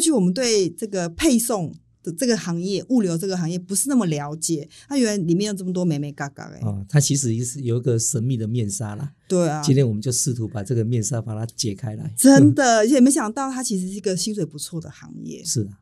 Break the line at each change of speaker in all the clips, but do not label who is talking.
去我们对这个配送的这个行业、物流这个行业不是那么了解，它原来里面有这么多美美嘎嘎哎、
啊，它其实是有一个神秘的面纱啦。
对啊，
今天嗯我们就试图把这个面纱把它解开来。
真的，而且没想到它其实是一个薪水不错的行业。
是啊，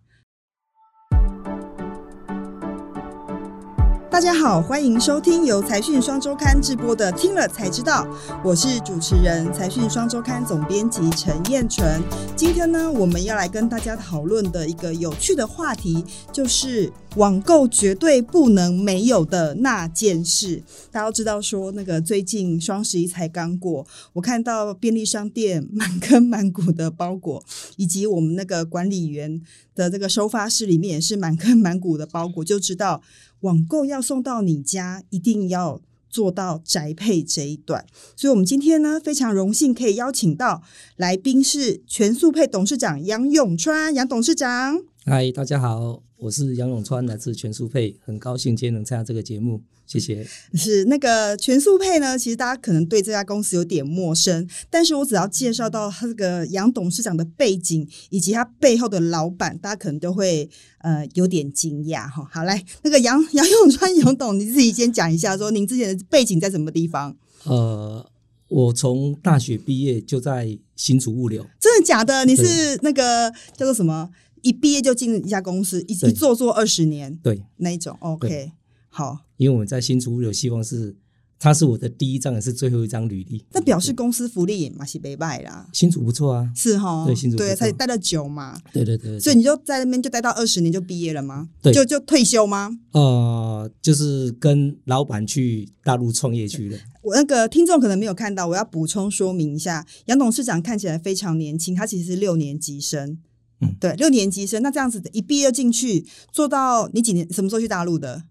大家好，欢迎收听由财讯双周刊制播的《听了才知道》，我是主持人财讯双周刊总编辑陈燕纯。今天呢，我们要来跟大家讨论的一个有趣的话题，就是网购绝对不能没有的那件事。大家都知道说，那个最近双十一才刚过，我看到便利商店满坑满谷的包裹，以及我们那个管理员的这个收发室里面也是满坑满谷的包裹，就知道网购要送到你家，一定要做到宅配这一段。所以，我们今天呢非常荣幸可以邀请到来宾是全速配董事长杨永川，杨董事长。
嗨，大家好，我是杨永川，来自全速配，很高兴今天能参加这个节目，谢谢。
是那个全速配呢，其实大家可能对这家公司有点陌生，但是我只要介绍到他这个杨董事长的背景以及他背后的老板，大家可能都会呃有点惊讶哈。好，来那个杨 杨永川杨董，你自己先讲一下，说您之前的背景在什么地方？
呃，我从大学毕业就在新竹物流，
真的假的？你是那个叫做什么？一毕业就进一家公司，一
对
一做做二十年
对，
那一种？OK，
对
好，
因为我们在新竹物流，希望是它是我的第一张也是最后一张履历。
那表示公司福利也嘛是没败啦，
新竹不错啊，
是哈？
对新竹不错
才待了久嘛。
对对对对
所以你就在那边就待到二十年就毕业了吗？
对
就就退休吗？
呃，就是跟老板去大陆创业去了。
我那个听众可能没有看到，我要补充说明一下，杨董事长看起来非常年轻，他其实是六年级生。
嗯
对，六年级生，那这样子一毕业进去，做到你几年？什么时候去大陆的？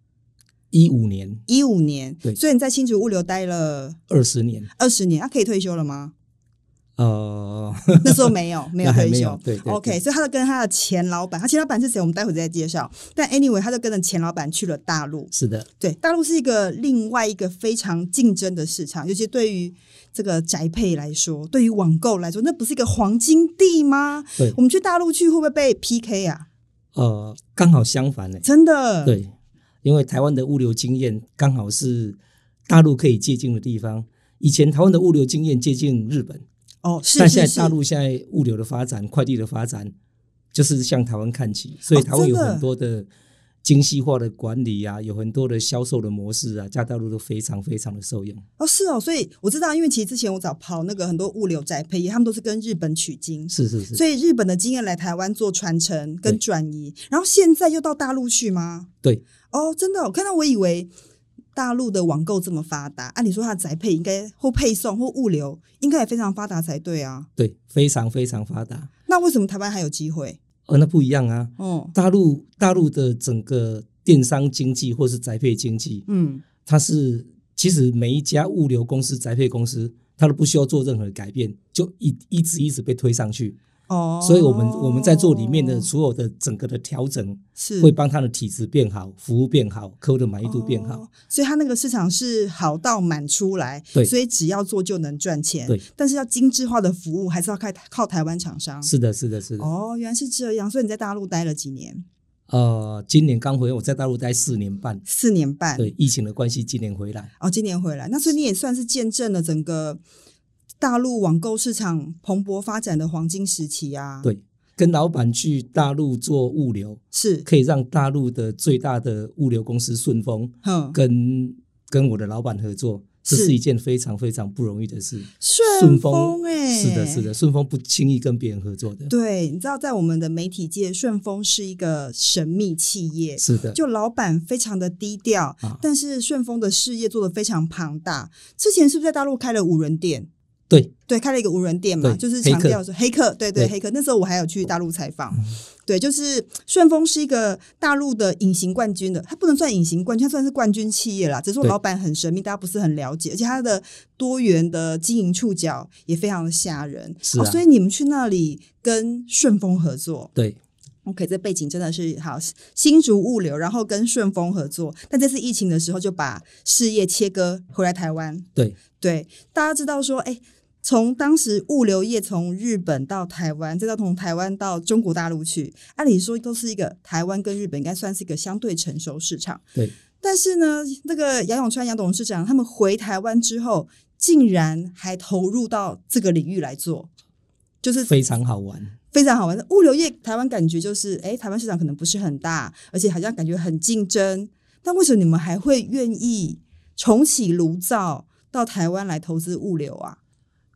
一五年，
一五年，
对
所以你在新竹物流待了
二十年，
二十年，他、啊可以退休了吗？
呃，
那时候没 有，没有
那还
退
没
休
有，。对对对
OK，所以他就跟他的前老板，他前老板是谁？我们待会再介绍。但 anyway，他就跟着前老板去了大陆。
是的，
对，大陆是一个另外一个非常竞争的市场，尤其对于这个宅配来说，对于网购来说，那不是一个黄金地吗？
对
我，们去大陆去会不会被 PK 啊？
呃，刚好相反呢、
真的，，
对，因为台湾的物流经验刚好是大陆可以借鉴的地方。以前台湾的物流经验接近日本，
哦，是
但
是
现在
是
大陆现在物流的发展、快递的发展，就是向台湾看齐，所以
哦
台湾有
真的
很多的精细化的管理啊，有很多的销售的模式啊，在大陆都非常非常的受用。
哦，是哦，所以我知道，因为其实之前我找跑那个很多物流宅配业，他们都是跟日本取经，
是是是，
所以日本的经验来台湾做传承跟
嗯对
转移，然后现在又到大陆去吗？
对，
哦，真的哦、我看到我以为大陆的网购这么发达，按、理说它的宅配应该或配送或物流应该也非常发达才对啊。
对，非常非常发达。
那为什么台湾还有机会？
哦，那不一样啊！
哦，
大陆大陆的整个电商经济或是宅配经济，
嗯，
它是其实每一家物流公司、宅配公司，它都不需要做任何改变，就一一直一直被推上去。
哦，
所以我们我们在做里面的所有的整个的调整，
是
会帮他的体质变好，服务变好，客户的满意
一
度变好。
哦所以它那个市场是好到满出来，
对
所以只要做就能赚钱，
对，
但是要精致化的服务还是要靠靠台湾厂商。
是的，是的，是的。
哦，原来是这样，所以你在大陆待了几年？
呃，今年刚回，我在大陆待四年半，
四年半，
对疫情的关系，今年回来。
哦，今年回来，那所以你也算是见证了整个大陆网购市场蓬勃发展的黄金时期啊。，
对，跟老板去大陆做物流，
是，
可以让大陆的最大的物流公司顺丰
哼，
跟跟我的老板合作，这
是
是一件非常非常不容易的事。
顺丰
丰
哎、
是的，是。的，顺丰不轻易跟别人合作的。
对，你知道，在我们的媒体界，顺丰是一个神秘企业，
是的，
就老板非常的低调，
啊
但是顺丰的事业做得非常庞大。之前是不是在大陆开了无人店？
对，
对，开了一个无人店嘛，
对
就是
黑
强
客
调说黑客，对对
对嗯
黑客。那时候我还有去大陆采访，对，就是顺丰是一个大陆的隐形冠军的，它不能算隐形冠军，它算是冠军企业啦。只是说
对
老板很神秘，大家不是很了解，而且它的多元的经营触角也非常的吓人。
是啊
哦，所以你们去那里跟顺丰合作
对，
，OK，这背景真的是好新竹物流，然后跟顺丰合作，但这次疫情的时候就把事业切割回来台湾。
对，
对，大家知道说，哎，从当时物流业从日本到台湾，再到从台湾到中国大陆去，按理说都是一个台湾跟日本应该算是一个相对成熟市场。
对。
但是呢，那个杨永川杨董事长他们回台湾之后，竟然还投入到这个领域来做，就是
非常好玩。
非常好玩。物流业台湾感觉就是，哎，台湾市场可能不是很大，而且好像感觉很竞争。但为什么你们还会愿意重启炉灶到台湾来投资物流啊？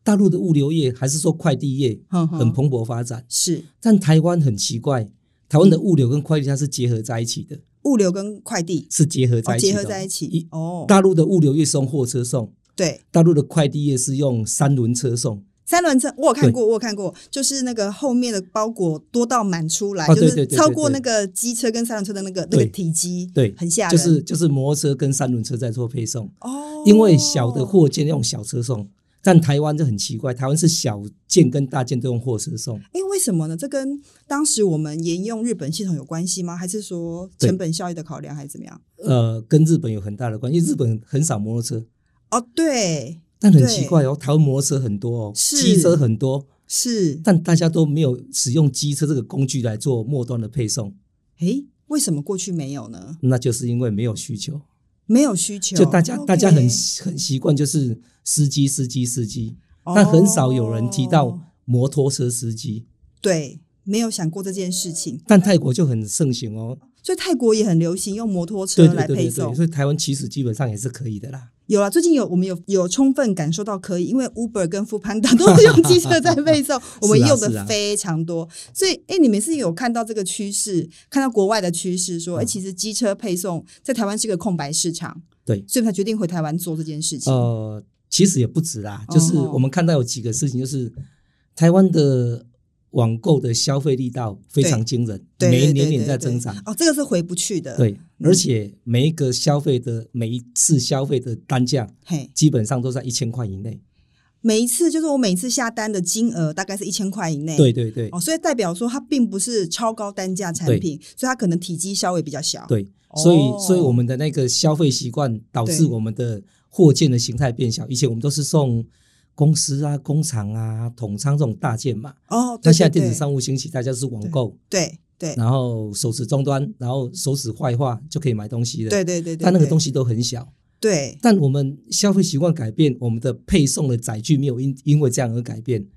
大陆的物流业还是说快递业
很
很蓬勃发展，
是
但台湾很奇怪，台湾的
嗯
物流跟快递它是结合在一起的，
物流跟快递、
是结合
哦、
在一起
结
的哦、
合在一起
一。
哦，
大陆的物流业是用货车送，
对，
大陆的快递业是用三轮车送。
三轮车我有看过，我有看过，就是那个后面的包裹多到满出来，
哦
就
对
是
对对对
超过那个机车跟三轮车的那个那个
对
体积，
对
很吓人。
就是就是摩托车跟三轮车在做配送，
哦，
因为小的货件用小车送，但台湾就很奇怪，台湾是小件跟大件都用货车送，
哎，为什么呢？这跟当时我们沿用日本系统有关系吗？还是说
对
成本效益的考量，还是怎么样？
呃，跟日本有很大的关系，因为日本很少摩托车，
哦，对，
但很
对
奇怪哦，台湾摩托车很多哦，
是
机车很多，
是，
但大家都没有使用机车这个工具来做末端的配送，
哎，为什么过去没有呢？
那就是因为没有需求，
没有需求，
就大家
OK
大家很很习惯就是司机司机司机，
哦
但很少有人提到摩托车司机，
对，没有想过这件事情，
但泰国就很盛行哦，
所以泰国也很流行用摩托车
对对
来
对
配
对
送
对，。所以台湾其实基本上也是可以的啦。
有啊了，最近有我们有有充分感受到可以，因为 Uber 跟 f o o Panda 都是用机车 在配送，我们用
是
的
啊
非常多。所以，哎、你们是有看到这个趋势，看到国外的趋势，
嗯
说，哎、其实机车配送在台湾是个空白市场，
对，
所以才决定回台湾做这件事情。
呃，其实也不止啦，就是
哦哦
我们看到有几个事情，就是台湾的网购的消费力道非常惊人，
对对
每
对
年
对
年在
对嗯
增长。
哦，这个是回不去的。，
对，而且每一个消费的每一次消费的单价
嘿，
基本上都在一千块以内。
每一次就是我每一次下单的金额大概是一千块以内。
对。对对
哦，所以代表说它并不是超高单价产品，所以它可能体积稍微比较小。
对，所以
哦
所以我们的那个消费习惯导致
对
我们的货件的形态变小。以前我们都是送公司啊、工厂啊、统仓这种大件嘛，
哦，对
那现在
对
电子
对
商务兴起，大家是网购，
对对
然后手指终端，然后手指坏化就可以买东西了。
对对对对，
但那个东
西
西都很小。
对
但我们消费习惯改变，我们的配送的载具没有因因为这样而改变，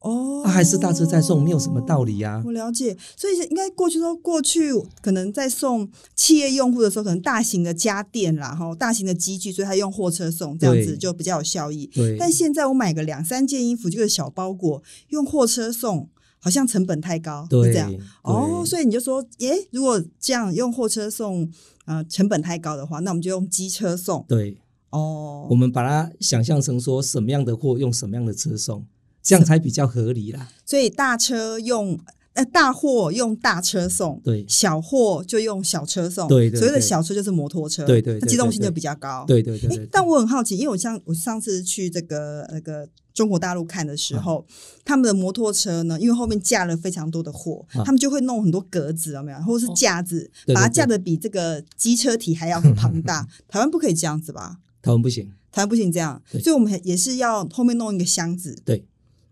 哦，
啊还是大车在送没有什么道理啊
我了解，所以应该过去说，过去可能在送企业用户的时候，可能大型的家电啦，哈，大型的机具，所以他用货车送，这样
对
子就比较有效益。
对，
但现在我买个两三件衣服，这个小包裹用货车送，好像成本太高，是
对
这样。哦，
对
所以你就说，诶，如果这样用货车送，呃，成本太高的话，那我们就用机车送。
对，
哦
我，们把它想象成说什么样的货用什么样的车送，这样才比较合理啦。
所以大车用呃大货用大车送，
对
小货就用小车送，
对对
所谓的
对
小车就是摩托车，
对对对
那机动性
对
就
对
比较高，
对对对
诶
对，
但我很好奇，因为我像我上次去这个那个中国大陆看的时候，他们的摩托车呢，因为后面架了非常多的货，
啊
他们就会弄很多格子，有没有，或者是架子，
对对
把它
对
架的比这个机车体还要庞大。 台湾不可以这样子吧？
台湾不行。
台湾不行这样，
对
所以我们也是要后面弄一个箱子。
对，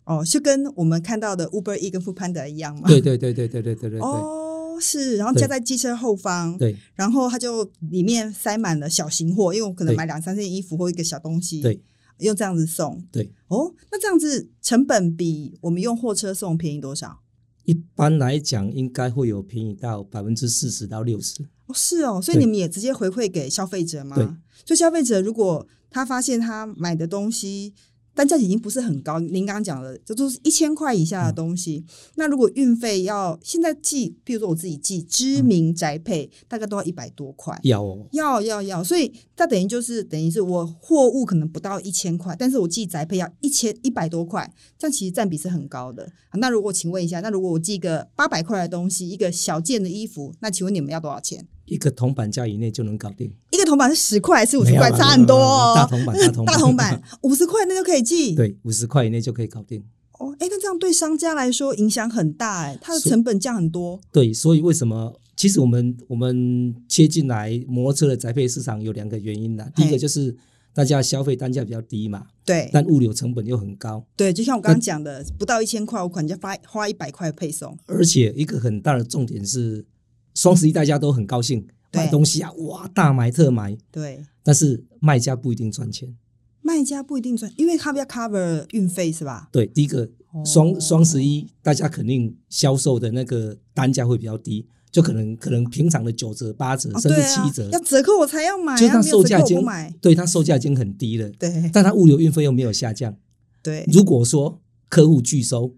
哦，是跟我们看到的 Uber E 跟 f o o Panda 一样吗？
对对对对对对对对对
哦，是，然后架在机车后方，
对
然后它就里面塞满了小型货，因为我可能
对
买两三件衣服或一个小东西，
对，
用这样子送。
对，
哦，那这样子成本比我们用货车送便宜多少？
一般来讲应该会有便宜到百分之四十到六十。
哦，是哦，所以
对
你们也直接回馈给消费者吗？
对，
所以消费者如果他发现他买的东西单价已经不是很高，您刚刚讲的，这都是一千块以
嗯
下的东西，那如果运费要现在寄，比如说我自己寄
嗯
知名宅配，大概都要一百多块。
要哦，
要要要，所以它等于就是等于是我货物可能不到一千块，但是我寄宅配要一千一百多块，这样其实占比是很高的。好那如果请问一下，那如果我寄个八百块的东西，一个小件的衣服，那请问你们要多少钱？
一个铜板价以内就能搞定。
一个铜板是十块还是五十
没有
块？
啦
差很多
大
哦。
铜 板，大铜板，
大铜 板五十块那就可以寄。
对，五十块以内就可以搞定。
哦，哎，那这样对商家来说影响很大哎，它的
是
成本降很多。
对，所以为什么？其实我们我们切进来摩托车的宅配市场有两个原因啦。第一
嘿
个就是大家消费单价比较低嘛，
对
但物流成本又很高，
对，就像我刚刚讲的，不到一千块，我可能就花花一百块配送。
而且一个很大的重点是，双十一大家都很高兴
对
买东西啊，哇，大买特买，
对，
但是卖家不一定赚钱。
卖家不一定赚，因为他们要 cover 运费是吧？
对，第一个
哦
双双十一，大家肯定销售的那个单价会比较低，就可能可能平常的九折、八折
哦，
甚
对
至
啊
七折，，
要折扣我才要买啊，
就是它
没有
售
折
价
扣
已
我不
经
买。
对它售价已经很低了，
对
但它物流运费又没有下降。
对，
如果说客户拒收，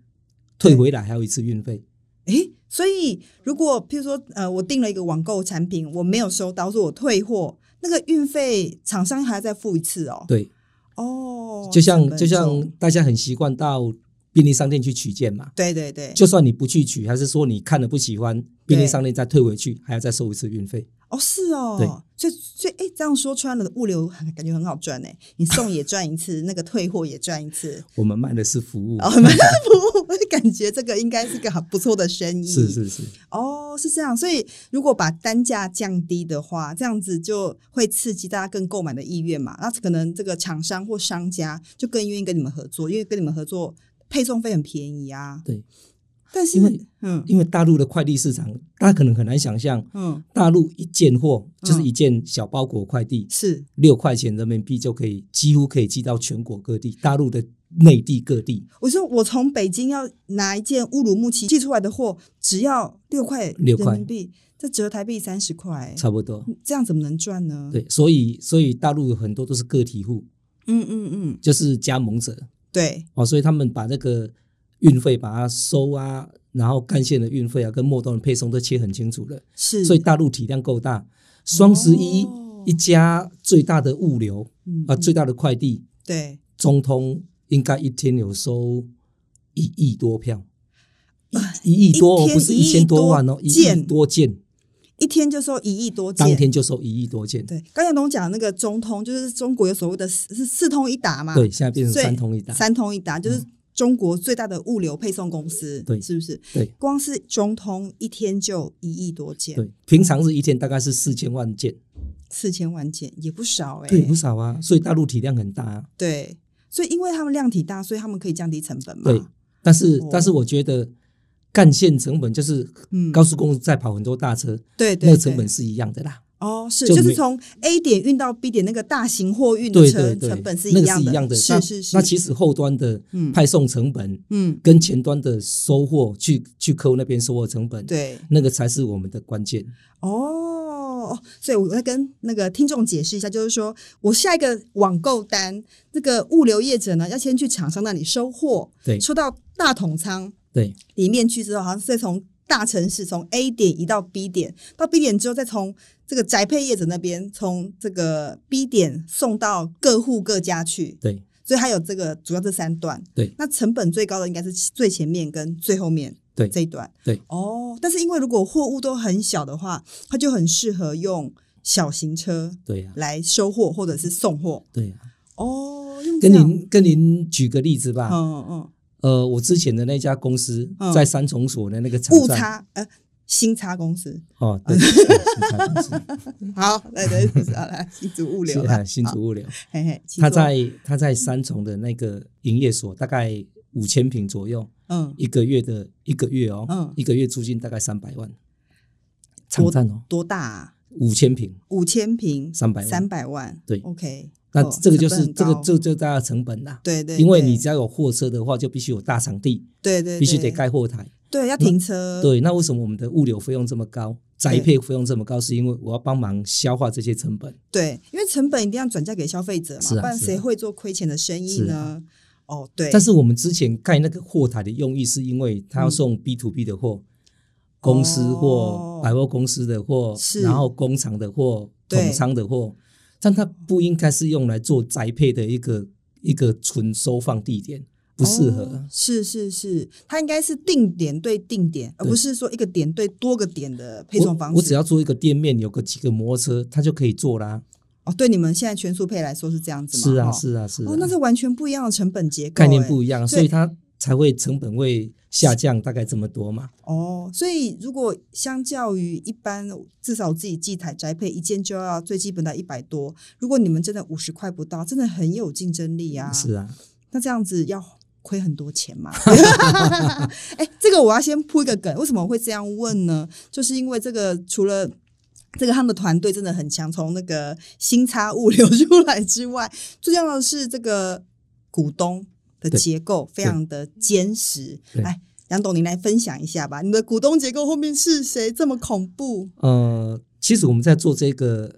退回来还有一次运费，
诶，所以如果譬如说，呃，我订了一个网购产品，我没有收到，说我退货，那个运费厂商还要再付一次哦。
对，
哦，
就
成
像
本
就
重
像大家很习惯到便利商店去取件嘛，
对对对，
就算你不去取，还是说你看了不喜欢，便利
对
商店再退回去，还要再收一次运费。
哦是
对
哦，所以所以诶，这样说穿了，物流很感觉很好赚哎，你送也赚一次，那个退货也赚一 次，
我们卖的是服务，
哦，蛮 不，我感觉这个应该是个很不错的生意。
是是是，
哦，是这样，所以如果把单价降低的话，这样子就会刺激大家更购买的意愿嘛。那可能这个厂商或商家就更愿意跟你们合作，因为跟你们合作配送费很便宜啊。
对。
但是
因为，
嗯
因为大陆的快递市场，大家可能很难想象，
嗯，
大陆一件货就是
嗯
一件小包裹快递，
是
六、块钱人民币就可以几乎可以寄到全国各地，大陆的内地各地
我说我从北京要拿一件乌鲁木齐寄出来的货，只要六块
6块
人民币，这折台币三十块，
差不多。
这样怎么能赚呢？，
对，所以所以大陆有很多都是个体户，
嗯嗯嗯，
就是加盟者
对，
哦，所以他们把那个运费把它收啊，然后干线的运费啊，跟末端的配送都切很清楚了，
是，
所以大陆体量够大。双十一、
嗯哦
一家最大的物流
嗯
啊，
嗯
最大的快递
对，
中通应该一天有收一亿多票，一一亿多
一
哦，
天
不是一千多万哦，
一
一
亿多件
亿多件，
一天就收一亿多件，
当天就收一亿多件。
对，刚才董讲那个中通，就是中国有所谓的四是四通一达嘛，
对，现在变成
所以
三通一达。嗯
三通一达就是中国最大的物流配送公司，
对
是不是？
对
光是中通一天就一亿多件，
对，平常是一天大概是四千万件，
四千万件也不少哎、
对，不少啊。所以大陆体量很大啊。
对所以因为他们量体大，所以他们可以降低成本嘛，
对，但是
哦
但是我觉得干线成本就是
嗯
高速公路在跑很多大车，
对对
那个成本
对
是一样的啦。
哦，是
就
就是
没
从 A 点运到 B 点那个大型货运的
对
车
对对，
成本是
那
一
个
样
是一
的，
样的。
是
那
是是，
那其实后端的
嗯
派送成本
嗯
跟前端的收货去去客户那边收货成本，，
对。
那个才是我们的关键。
哦，所以我在跟那个听众解释一下，就是说我下一个网购单，那个物流业者呢，要先去厂商那里收货，
对
收到大统仓
对
里面去之后，好像是再从大城市从 A 点移到 B 点，到 B 点之后再从这个宅配业者那边，从这个 B 点送到各户各家去，
对
所以它有这个主要这三段。
对
那成本最高的应该是最前面跟最后面
对
这一段。
对
哦，但是因为如果货物都很小的话，它就很适合用小型车
对呀、啊，
来收货或者是送货。
对呀、
哦，用这
跟
样，
您跟您举个例子吧，
嗯嗯，
呃，我之前的那家公司
嗯
在三重所的那个厂
误
站，
差呃。新差公司，
哦，对，新差公司
好，来来，不是啊， 来新竹物流
嗯 是
啦
啊，新
好
竹物流，
嘿嘿，请
他
坐
在他在三重的那个营业所，大概五千平左右，
嗯，
一个月的一个月哦，
嗯
一个月租金大概三百万，厂站哦，
多大啊？
五千平，
五千平，
300万
三百万，
对
，OK，
那
哦
这个就
成
是
本
这个
高
这就大家成本啦。
对对，
因为
对
你只要有货车的话，就必须有大场地，
对对
必须得
对呃
盖货台。
对，要停车，
对，那为什么我们的物流费用这么高，宅配费用这么高？是因为我要帮忙消化这些成本。
对，因为成本一定要转嫁给消费者嘛，
是啊
不然
是啊
谁会做亏钱的生意
是
呢？
啊
哦，对，
但是我们之前盖那个货台的用意，是因为它要送 B to B 的货，公司
嗯哦
货、百货公司的货
是，
然后工厂的货、
对
统仓的货，但它不应该是用来做宅配的一个一个纯收放地点，不适合。
哦是是是，它应该是定点对定点，而
对
不是说一个点对多个点的配
我
送方式。
我只要做一个店面，有个几个摩托车，它就可以做啦。
哦，对你们现在全速配来说是这样子嘛？哦
是啊，
哈
是啊，是啊。
哦，那是完全不一样的成本结构、
概念
哎
不一样，
对
所以它才会成本会下降大概这么多嘛。
哦，所以如果相较于一般，至少我自己寄台宅配一件就要最基本的一百多，如果你们真的五十块不到，真的很有竞争力啊。
是啊，
那这样子要亏很多钱嘛？ 哎、这个我要先铺一个梗，为什么我会这样问呢？就是因为这个除了。这个他们的团队真的很强，从那个新差物流出来之外，最重要的是这个股东的
对
结构非常的坚实。
对
来，杨董，您来分享一下吧，你的股东结构后面是谁这么恐怖？
呃，其实我们在做这个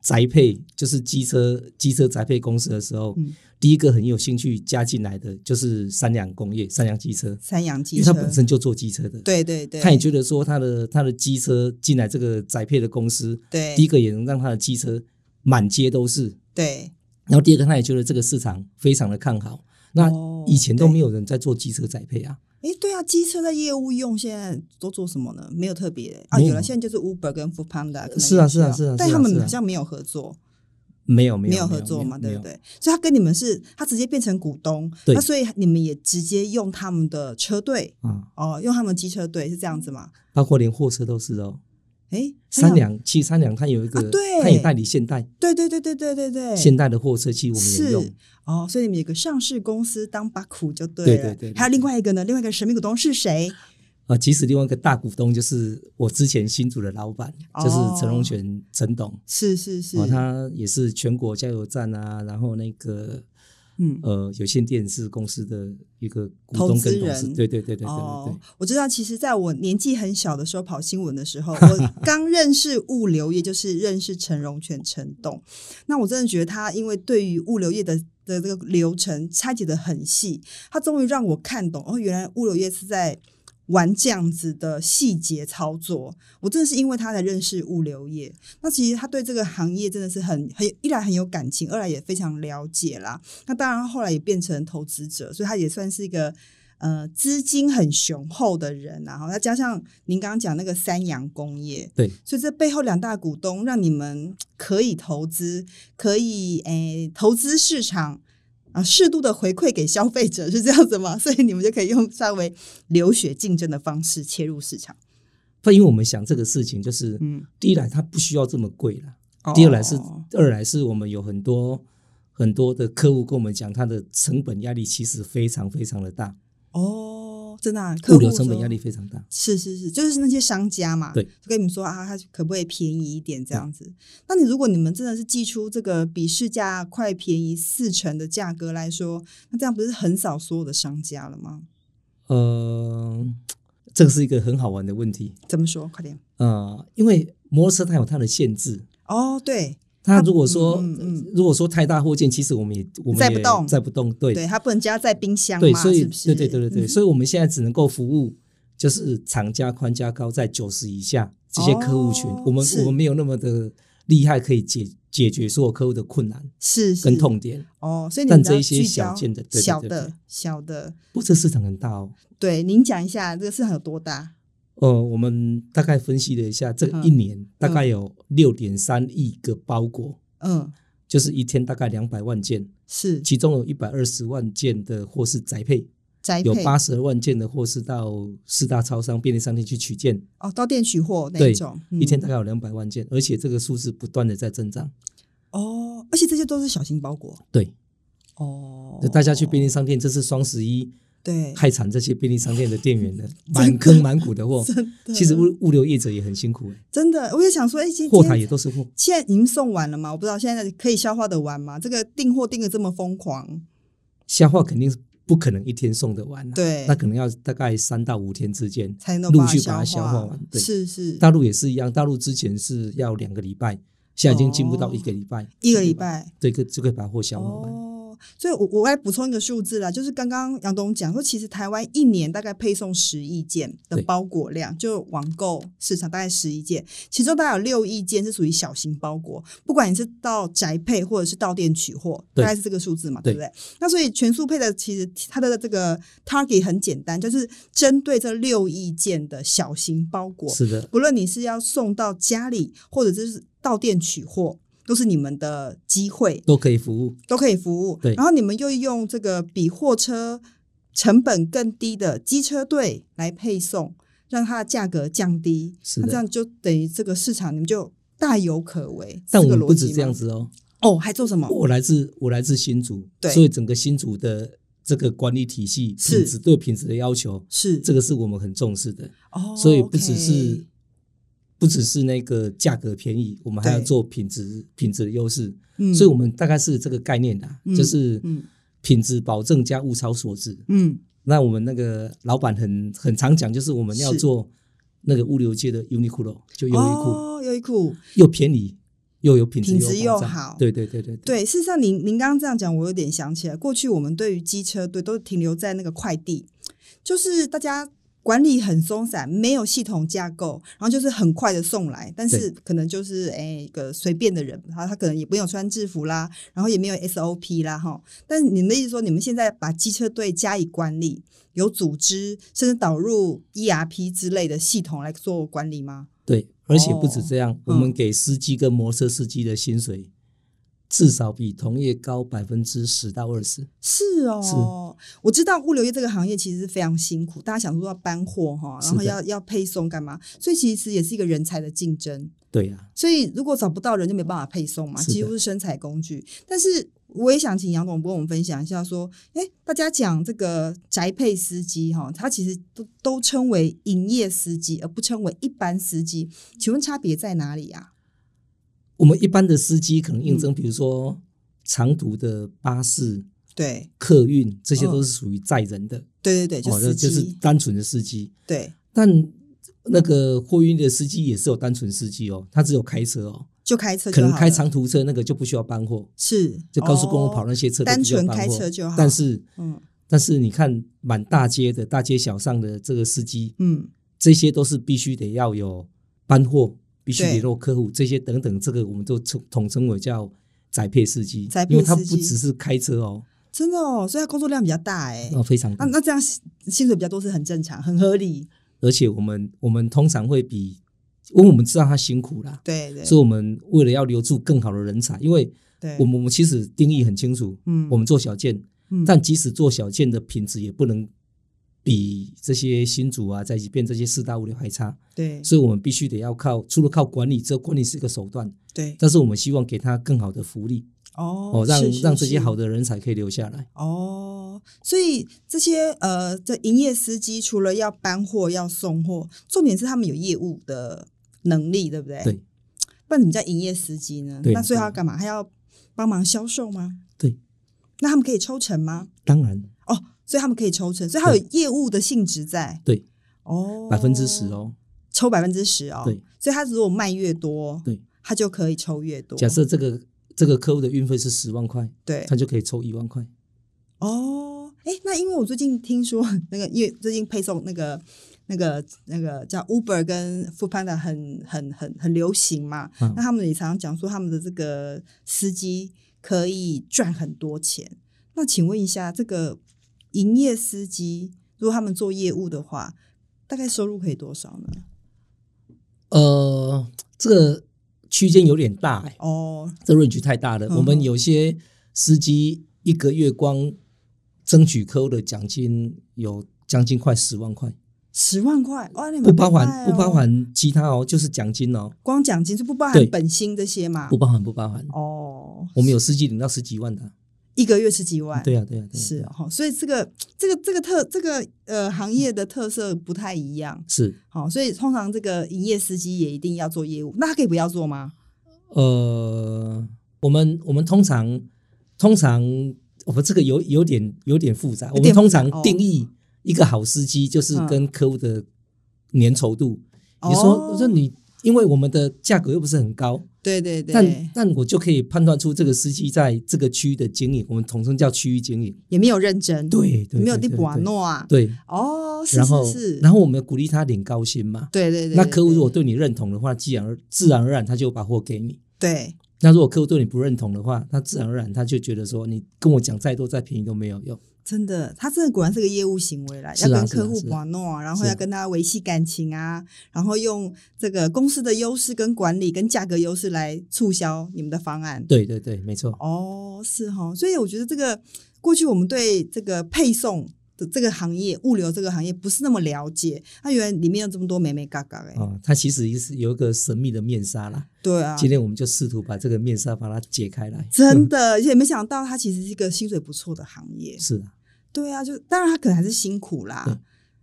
宅配，就是机车机车宅配公司的时候，
嗯
第一个很有兴趣加进来的就是三辆工业，三辆机车，
三洋
因
机
为他
车，
本身就做机车的，
对对对，
他也觉得说他的他的机车进来这个宅配的公司，
对
第一个也能让他的机车满街都是，
对
然后第二个他也觉得这个市场非常的看好。那
哦
以前都
对
没有人在做机车宅配啊，
诶，对啊，机车的业务用现在都做什么呢？没有特别的啊，
没有
有了，现在就是 Uber 跟 f o o Panda，可能
是啊
也需要
是啊是啊
但
是啊
他们
是啊
好像没有合作，
没有没有
没有合作嘛，
没
对
有没有
不对？所以他跟你们是，他直接变成股东，
对
那所以你们也直接用他们的车队
啊，
哦，用他们机车队是这样子吗？
包括连货车都是哦。
诶，
三
很有，
两其实三两它有一个，
啊对
它也代理现代
对对对对对对对，
现代的货车，其实我们也
是
用。
哦，所以你们有个上市公司当把苦就对
对
了，
对对对
还有另外一个呢，另外一个神秘股东是谁？
啊，其实另外一个大股东就是我之前新竹的老板，
哦
就是陈荣全陈董，
是是是，
哦，他也是全国加油站啊，然后那个
嗯
呃有线电视公司的一个股
投
东跟董
资
事，
人
对对对对对对
哦
对，，
我知道，其实在我年纪很小的时候跑新闻的时候， 我刚认识物流业，就是认识陈荣全陈董。那我真的觉得他，因为对于物流业的的这个流程拆解的很细，他终于让我看懂哦，原来物流业是在。玩这样子的细节操作，我真的是因为他才认识物流业。那其实他对这个行业真的是很很一来很有感情，二来也非常了解啦。那当然，他后来也变成投资者，所以他也算是一个呃资金很雄厚的人、啊，然后再加上您刚刚讲那个三洋工业，
对，
所以这背后两大股东让你们可以投资，可以诶、投资市场。啊，适度的回馈给消费者是这样子吗？ 所以你们就可以用稍微流血竞争的方式切入市场。
那因为我们想这个事情，就是
嗯，
第一来它不需要这么贵啦，第二来是
哦
二来是我们有很多很多的客户跟我们讲，他的成本压力其实非常非常的大，
哦，真的、啊，客
物
户
流成本
说
压力非常大。
是是是，就是那些商家嘛，
对
就跟你们说啊，他可不可以便宜一点这样子？那你如果你们真的是寄出这个比市价快便宜四成的价格来说，那这样不是横扫所有的商家了吗？
呃，这个是一个很好玩的问题。
怎么说？快点
呃，因为摩托车它有它的限制，
哦，对
它如果说、
嗯嗯
如果说太大货件，其实我们也我们
载
也
不动
载不动，对
对，它不能加在冰箱
对，
嘛，
所以
是不是？
对对对对对，
嗯
所以我们现在只能够服务就是厂家宽加高在九十以下这些客户群，
哦
我们
是
我们没有那么的厉害，可以解解决所有客户的困难
是是
跟痛点。
哦，所以你
但
们只
这
要
一些
聚
小
焦
件的对对
小
对对
的小的，
不过这市场很大哦。
对，您讲一下这个市场有多大？
呃，我们大概分析了一下，这
嗯
一年大概有六点三亿个包裹，
嗯，
就是一天大概两百万件，
是
其中有一百二十万件的货是宅配，
宅
有
配
八十万件的货是到四大超商、便利商店去取件，
哦，到店取货那
对
一种，嗯
一天大概有两百万件，而且这个数字不断的在增长。
哦，而且这些都是小型包裹。
对，
哦，
大家去便利商店，这是双十一
对，
害惨这些便利商店的店员 的，满坑满谷的货。
真的
其实物物流业者也很辛苦、欸，
真的，我也想说，哎、今
货台也
天
都是货。
现在已经送完了吗？我不知道现在可以消化的完吗？这个订货订的这么疯狂，
消化肯定是不可能一天送得完、啊，
对
那可能要大概三到五天之间。
才能够
陆
把它
续把它消
消
化完对
是是，
大陆也是一样，大陆之前是要两个礼拜，现在已经进步到一个礼拜，
哦一个礼，拜。
对，可就可以把货消化完。
哦，所以我我来补充一个数字啦，就是刚刚杨东讲说，其实台湾一年大概配送十亿件的
对
包裹量，就网购市场大概十亿件，其中大概有六亿件是属于小型包裹，不管你是到宅配或者是到店取货，
对
大概是这个数字嘛，
对
对不对？那所以全速配的其实它的这个 target 很简单，就是针对这六亿件的小型包裹，
是的，
不论你是要送到家里，或者就是到店取货。都是你们的机会，
都可以服务。
都可以服务。
对
然后你们又用这个比货车成本更低的机车队来配送，让它的价格降低。
是
那这
的。
样就等于这个市场你们就大有可为。
但
是
我
个
们不
逻辑
止
吗
这样子哦，
哦，还做什么？
我来自我来自新竹
对，
所以整个新竹的这个管理体系
是
品质对品质的要求，
是
这个是我们很重视的。
哦，
所以不只是
OK
不只是那个价格便宜，我们还要
对
做品质品质的优势。
嗯，
所以我们大概是这个概念的，
嗯
就是
嗯
品质保证加物超所值。
嗯
那我们那个老板很很常讲，就是我们要
是
做那个物流界的 Uniqlo，就优衣库，
哦，优衣库。
又便宜又有品质，
品质
又有保
又
障
好
对对对对对，
对，事实上您，您刚刚这样讲，我有点想起来，过去我们对于机车队都停留在那个快递，就是大家管理很松散，没有系统架构，然后就是很快的送来，但是可能就是哎一个随便的人，然后他可能也没有穿制服啦，然后也没有 SOP 啦哈。但是你们的意思说，你们现在把机车队加以管理，有组织，甚至导入 ERP 之类的系统来做管理吗？
对，而且不止
哦
这样，我们给司机跟摩托车司机的薪水至少比同业高百分之十到二十。
是哦，我知道物流业这个行业其实是非常辛苦，大家想说要搬货哈，然后
是的
要要配送干嘛，所以其实也是一个人才的竞争。
对啊呀、
所以如果找不到人，就没办法配送嘛，
是的
几乎是生产工具。但是我也想请杨总帮我们分享一下，说，哎，大家讲这个宅配司机哈，他其实都都称为营业司机，而不称为一般司机，请问差别在哪里啊？
我们一般的司机可能应
嗯
征，比如说长途的巴士、
对，
客运，这些
嗯
都是属于载人的，
对对对，就
哦，那
司机，
就是单纯的司机。
对，
但那个货运的司机也是有单纯司机哦，他只有开车哦，
就开车就
可能
好
开
了
长途车那个就不需要搬货，
是
就高速公路
哦
跑那些车都
单
不需要
纯
搬
开
货
车就好。
但是，
嗯
但是你看满大街的大街小巷的这个司机，
嗯，
这些都是必须得要有搬货，必须
对
联络客户，这些等等，这个我们都统统称为叫宅配司机，
宅配
因为他
司机
不只是开车哦，
真的哦，所以他工作量比较大哎、
哦非常
那、
大，
那这样薪薪水比较多是很正常，很合理。
而且我们我们通常会比，因为我们知道他辛苦啦，
对对
所以我们为了要留住更好的人才，因为
对，
我们我们其实定义很清楚，
嗯
我们做小件，
嗯
但即使做小件的品质也不能比这些新主啊，在一变这些四大物流还差，
对
所以我们必须得要靠，除了靠管理，这管理是一个手段，
对
但是我们希望给他更好的福利
哦
哦，让
是是
让这些
是
好的人才可以留下来。
哦，所以这些呃，这营业司机除了要搬货要送货，重点是他们有业务的能力，对不对？
对。
不然怎么叫营业司机呢？
对
那所以他要
对
干嘛？他要帮忙销售吗？
对。
那他们可以抽成吗？
当然，
哦，所以他们可以抽成，所以他有业务的性质在。
对，
哦，
百分之十，哦。
抽百分之十哦。
对，
所以他如果卖越多，
对，
他就可以抽越多。
假设这个这个客户的运费是十万块，
对
他就可以抽一万块。
哦，哎，那因为我最近听说那个，因为最近配送那个。那个那个叫 Uber 跟 f o o Panda 很很很很流行嘛，
嗯
那他们也常常讲说他们的这个司机可以赚很多钱。那请问一下，这个营业司机如果他们做业务的话，大概收入可以多少呢？
呃，这个区间有点大、哎，
哦，
这 range 太大了。
嗯哼
我们有些司机一个月光争取客户的奖金有将近快十万块，
十万块哦，那你们
不包
很
含
快哦
不包，含其他哦，就是奖金哦，
光奖金是不包含
对
本薪这些嘛
不？包含不包含。
哦，
我们有司机领到十几万的啊，
一个月十几万，
对呀、对呀、对啊
是哦，所以这个这个这个特这个呃行业的特色不太一样，
是
好、所以通常这个营业司机也一定要做业务，那他可以不要做吗？
呃，我们我们通常通常我们这个有有点有点复杂，
有
我
点
们
复
通
杂
常定义一个好司机就是
嗯
跟客户的粘稠度。
哦
你说，我说你，因为我们的价格又不是很高，
对对
但
对，
但我就可以判断出这个司机在这个区域的经营，我们统称叫区域经营。
也没有认真，
对对，
没有地
对对
瓦
对
诺啊，
对，
哦，是
然后
是是，
然后我们鼓励他领高薪嘛。
对对对，
那客户如果
对
对你认同的话，自然而自然而然他就把货给你。
对
那如果客户对你不认同的话，他自然而然他就觉得说你跟我讲再多再便宜都没有用。
真的，他真的果然是个业务行为啦，
是
要
啊
跟
是啊
客户
是啊
玩弄啊，然后
是啊
要跟他维系感情啊，然后用这个公司的优势跟管理跟价格优势来促销你们的方案。
对对对，没错，
哦，是哈、所以我觉得这个过去我们对这个配送这这个行业物流这个行业不是那么了解，它原来里面有这么多美美嘎嘎哎，
啊，它其实也是有一个神秘的面纱啦。
对啊，
今天我嗯们就试图把这个面纱把它解开来。
真的，而且没想到它其实是一个薪水不错的行业。
是啊，
对啊，就当然他可能还是辛苦啦。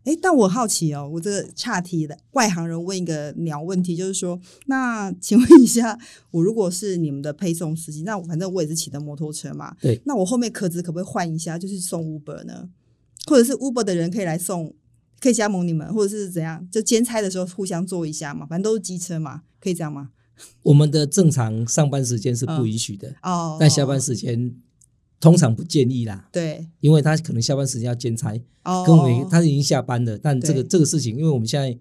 哎，但我好奇哦，我这个岔题的外行人问一个鸟问题，就是说，那请问一下，我如果是你们的配送司机，那我反正我也是骑的摩托车嘛，
对
那我后面壳子可不可以换一下，就是送 Uber 呢？或者是 Uber 的人可以来送，可以加盟你们，或者是怎样？就兼差的时候互相做一下嘛，反正都是机车嘛，可以这样吗？
我们的正常上班时间是不允许的，
哦，
但下班时间通常不建议啦，
对
因为他可能下班时间要兼差，
哦，
跟我们他已经下班了，但这个
对
这个事情，因为我们现在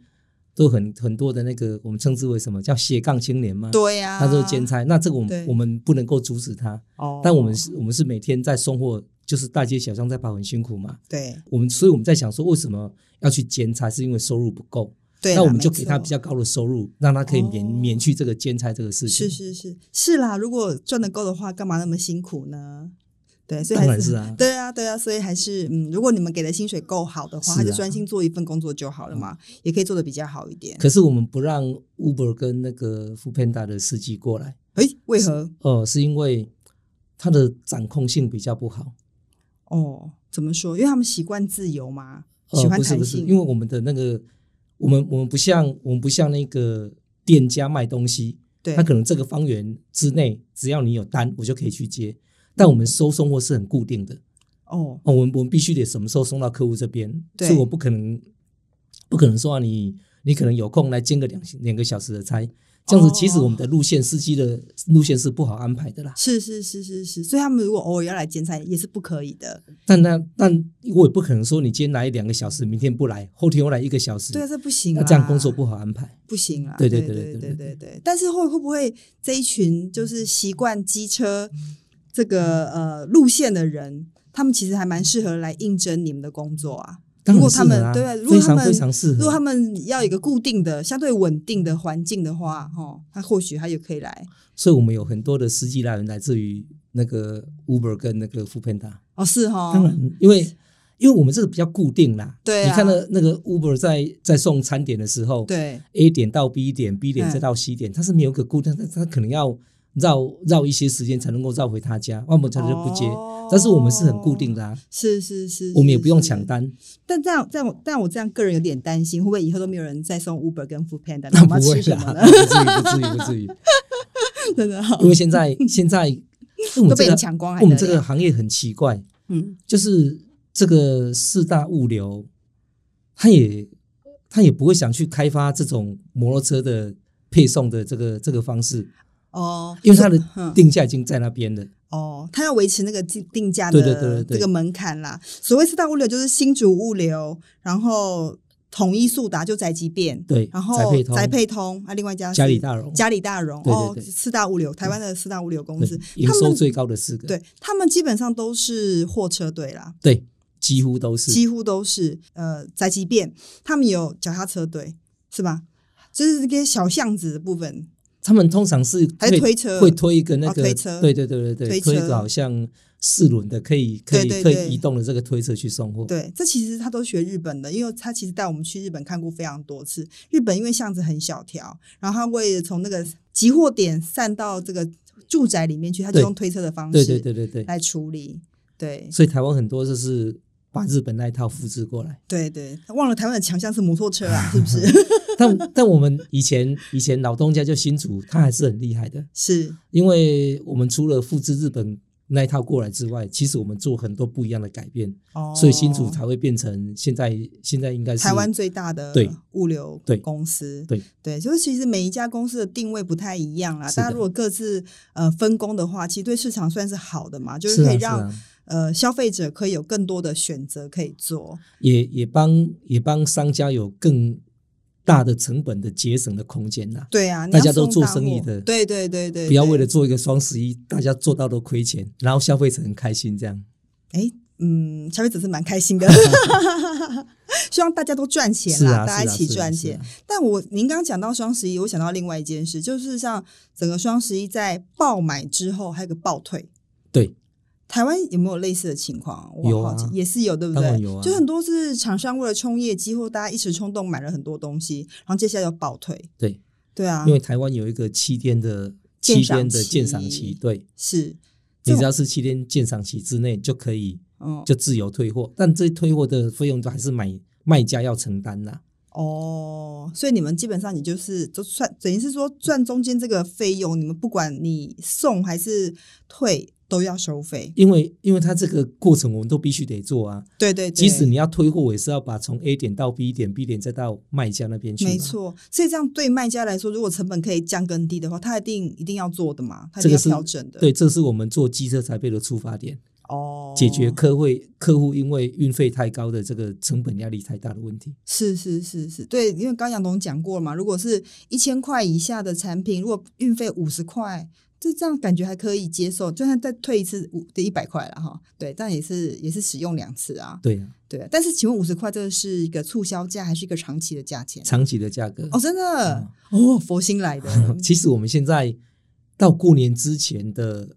都很很多的那个我们称之为什么叫斜杠青年嘛，
对啊呀、
他都是兼差，那这个我
对
们我们不能够阻止他，
哦，
但我们是我们是每天在送货，就是大街小巷在跑，很辛苦嘛。
对
我们所以我们在想说，为什么要去兼差？是因为收入不够，
对啦，
那我们就
没
给他
错
比较高的收入，让他可以免
哦
免去这个兼差这个事
是
情。
是是是啦，如果赚得够的话，干嘛那么辛苦呢？对，所以
当
还
然
是
是啊，
对啊对啊，所以还是嗯，如果你们给的薪水够好的话，
是
他就
啊嗯
专心做一份工作就好了嘛，也可以做得比较好一点。
可是我们不让 Uber 跟那个 f o o Panda 的司机过来，
诶，为何？
哦、是因为它的掌控性比较不好。
哦，怎么说？因为他们习惯自由嘛，
呃，
喜欢
不是
弹
不是，
性。
因为我们的那个，我们我们不像我们不像那个店家卖东西，
对
他可能这个方圆之内，只要你有单，我就可以去接。但我们收送货是很固定的，
哦，
哦，我们我们必须得什么时候送到客户这边，
对
所以我不可能不可能说、啊、你你可能有空来兼个两两个小时的差，这样子其实
哦
我们的路线司机的路线是不好安排的啦。
是是是是是，所以他们如果偶尔要来兼差也是不可以的。
但那但我也不可能说你今天来两个小时，明天不来，后天又来一个小时，
对啊，这不行
那
啊，
这样工作不好安排。
不行啊！
对
对对
对对
对
对
对
对
对但是会会不会这一群就是习惯机车这个呃路线的人，他们其实还蛮适合来应征你们的工作啊？
当
如
然
果
适
他
合
们
啊
对啊，如果
非
他
常
们
非常适合。
如果他们要有一个固定的、相对稳定的环境的话，哦，他或许他也可以来
所以我们有很多的司机来源来自于那个 Uber 跟那个 f o o p a n d a
哦，是哦，
当然，因为因为我们这个比较固定啦。
对啊
你看到那个 Uber 在在送餐点的时候，
对
A 点到 B 点，B 点
嗯
再到 C 点，它是没有一个固定，它它可能要绕绕一些时间才能够绕回他家，要么他就不接。
哦
但是我们是很固定的、啊，
是是是，
我们也
是
不用
是
抢单，
但这样，但我但我这样个人有点担心，会不会以后都没有人再送 Uber 跟 Food Panda？那
那
我
不
们要
会
吃什么呢？
啦，不至于，不至于，不至于，
真的哦
因为现在现在因为我
都
们这
被
个
你抢光还
我们
得
这
了
个行业很奇怪，
嗯，
就是这个四大物流，他也他也不会想去开发这种摩托车的配送的这个这个方式，
哦，
因为它的
嗯
定价已经在那边了。
哦，它要维持那个定定价
对对对
的
对对
这个门槛啦。所谓四大物流就是新竹物流，然后统一速达就宅急便，
对
然后
宅配通
宅配通啊，另外一家是
嘉里大荣
嘉里大荣
对对
哦
对，
四大物流，台湾的四大物流公
对
司，
营
他
收
们
最高的四个，
对他们基本上都是货车队啦，
对几乎都是。
几乎都是呃宅急便，他们有脚踏车队是吧？就是这些小巷子的部分，
他们通常是
还是
会
推车
会推一个那
哦
个
推车
对对对对
推
对，推一
车
个好像四轮的可以可以
对对
可
对
以移动的这个推车去送货。
对，这其实他都学日本的，因为他其实带我们去日本看过非常多次。日本因为巷子很小条，然后他为了从那个集货点散到这个住宅里面去，他就
对
用推车的方
对对
式
对对对，
来处理。对
所以台湾很多就是把日本那一套复制过来。
对对，忘了台湾的强项是摩托车啊，是不是？
但但我们以前以前老东家就新竹，他还是很厉害的，
是
因为我们除了复制日本那一套过来之外，其实我们做很多不一样的改变，
哦，
所以新竹才会变成现在现在应该是
台湾最大的
对
物流
对
公司，
对
对，就是其实每一家公司的定位不太一样啦。
是
大家
的
如果各自呃分工的话，其实对市场算是好的嘛，就是
是
可以
啊是
让
啊，
呃消费者可以有更多的选择可以做。
也也帮也帮商家有更大的成本的节省的空间啦。
对啊，你
大
要
家都
送
做
大
生意
货
的
对对对对，
不要
对
为了做一个双十一，大家做到都亏钱，然后消费者很开心这样。
哎，嗯，消费者是蛮开 心的， 希望大家都赚钱
是
啦，
啊，
大家一
是啊
起
是啊
赚
是
钱。
啊
但我您刚刚讲到双十一，我想到另外一件事，就是像整个双十一在爆买之后，还有个爆退，
对
台湾有没有类似的情况？我
有
好奇
啊
也是有，对不
当
对？
然有啊
就很多是厂商为了冲业绩或大家一时冲动买了很多东西，然后接下来就倒退。
对，
对啊
因，为台湾有一个七天的
鉴
七
赏
天的鉴赏
期
期，对，
是，这
你
种
只要是七天鉴赏期之内就可以
嗯，
就自由退货，但这退货的费用都还是买卖家要承担啦。
哦，所以你们基本上你就是就算等于是说赚中间这个费用，你们不管你送还是退都要收费。
因为因为它这个过程我们都必须得做啊，
对对对，
即使你要退货，我也是要把从 A 点到 B 点，B 点再到卖家那边去。
没，错，所以这样对卖家来说，如果成本可以降更低的话，他一定一定要做的嘛，他一定
这个
要
是
调整的。
对，这是我们做机车采配的出发点，
哦，
解决客会客户因为运费太高的这个成本压力太大的问题。
是是是是，对，因为刚杨董讲过了嘛，如果是一千块以下的产品，如果运费五十块，就这样感觉还可以接受，就算再退一次五得一百块了哈，对，但也是也是使用两次啊，
对啊，
对。但是请问五十块这个是一个促销价还是一个长期的价钱？
长期的价格。
哦，真的、哦，佛心来的
其实我们现在到过年之前的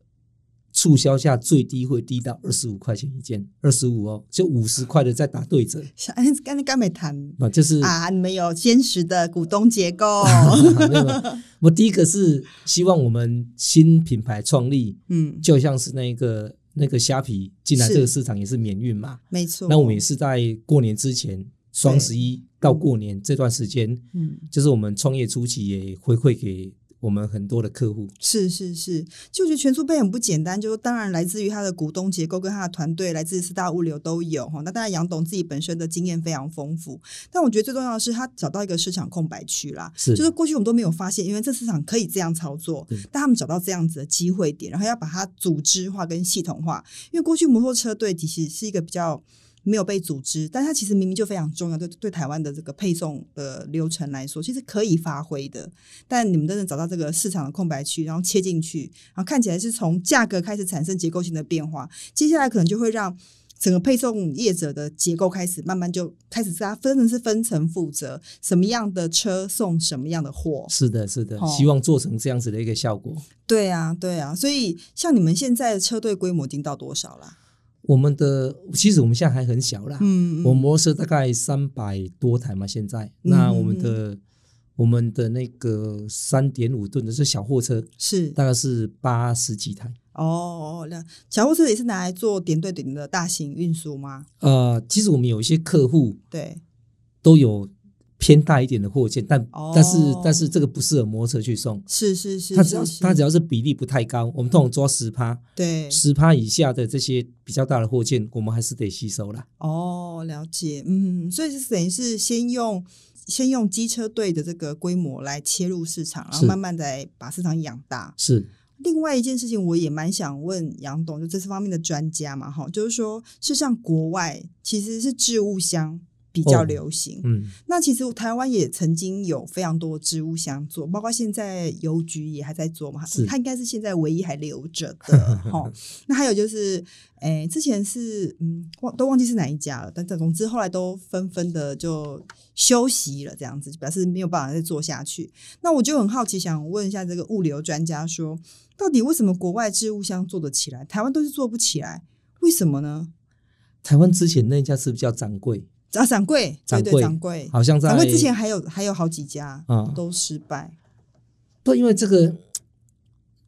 促销价最低会低到二十五块钱一件，二十五哦，就五十块的再打对折，
想，哎，刚才刚没谈
那就是
啊，你们有坚实的股东结构，
没有，没有我第一个是希望我们新品牌创立，
嗯，
就像是那个那个虾皮进来
是
这个市场也是免运嘛，
没错。
那我们也是在过年之前，双十一到过年这段时间，
嗯。
就是我们创业初期也回馈给我们很多的客户，
是是是，就觉得全速配很不简单，就是当然来自于他的股东结构跟他的团队，来自四大物流都有哈。那当然杨董自己本身的经验非常丰富，但我觉得最重要的是他找到一个市场空白区啦，
是
就是过去我们都没有发现，因为这市场可以这样操作
对，
但他们找到这样子的机会点，然后要把它组织化跟系统化。因为过去摩托车队其实是一个比较。没有被组织，但它其实明明就非常重要，对对台湾的这个配送的流程来说，其实可以发挥的。但你们真的找到这个市场的空白区，然后切进去，然后看起来是从价格开始产生结构性的变化，接下来可能就会让整个配送业者的结构开始慢慢就开始是它真的是分层负责，什么样的车送什么样的货。
是的，是的
哦，
希望做成这样子的一个效果。
对啊，对啊，所以像你们现在的车队规模已经到多少啦？
我们的其实我们现在还很小啦，
嗯，
我
嗯
摩托车大概三百多台嘛，现在，那我们的。我们的那个三点五吨的是小货车，
是
大概是八十几台。
哦，那小货车也是拿来做点对点的大型运输吗？
呃，其实我们有一些客户
对，
都有偏大一点的货件，但、
哦
但是但是这个不适合摩托车去送。
是是是，
它只要
是嗯是
它只要是比例不太高，我们通常抓十趴，
对
十趴以下的这些比较大的货件，我们还是得吸收啦。
哦，了解，嗯，所以就是等于是先用先用机车队的这个规模来切入市场，然后
是
慢慢再把市场养大。
是
另外一件事情，我也蛮想问杨董，就这方面的专家嘛，哈，就是说，事实上国外其实是置物箱比较
哦
流行，
嗯，
那其实台湾也曾经有非常多植物箱做，包括现在邮局也还在做嘛
是，
它应该是现在唯一还留着的 哈。那还有就是，诶、之前是嗯，忘都忘记是哪一家了，但总之后来都纷纷的就休息了，这样子就表示没有办法再做下去。那我就很好奇，想问一下这个物流专家说，到底为什么国外置物箱做得起来，台湾都是做不起来？为什么呢？
台湾之前那一家是比较掌柜，
啊，掌柜，对对，
柜
掌柜，
好像在
展会之前还有还有好几家、
啊
都失败，
不，因为这个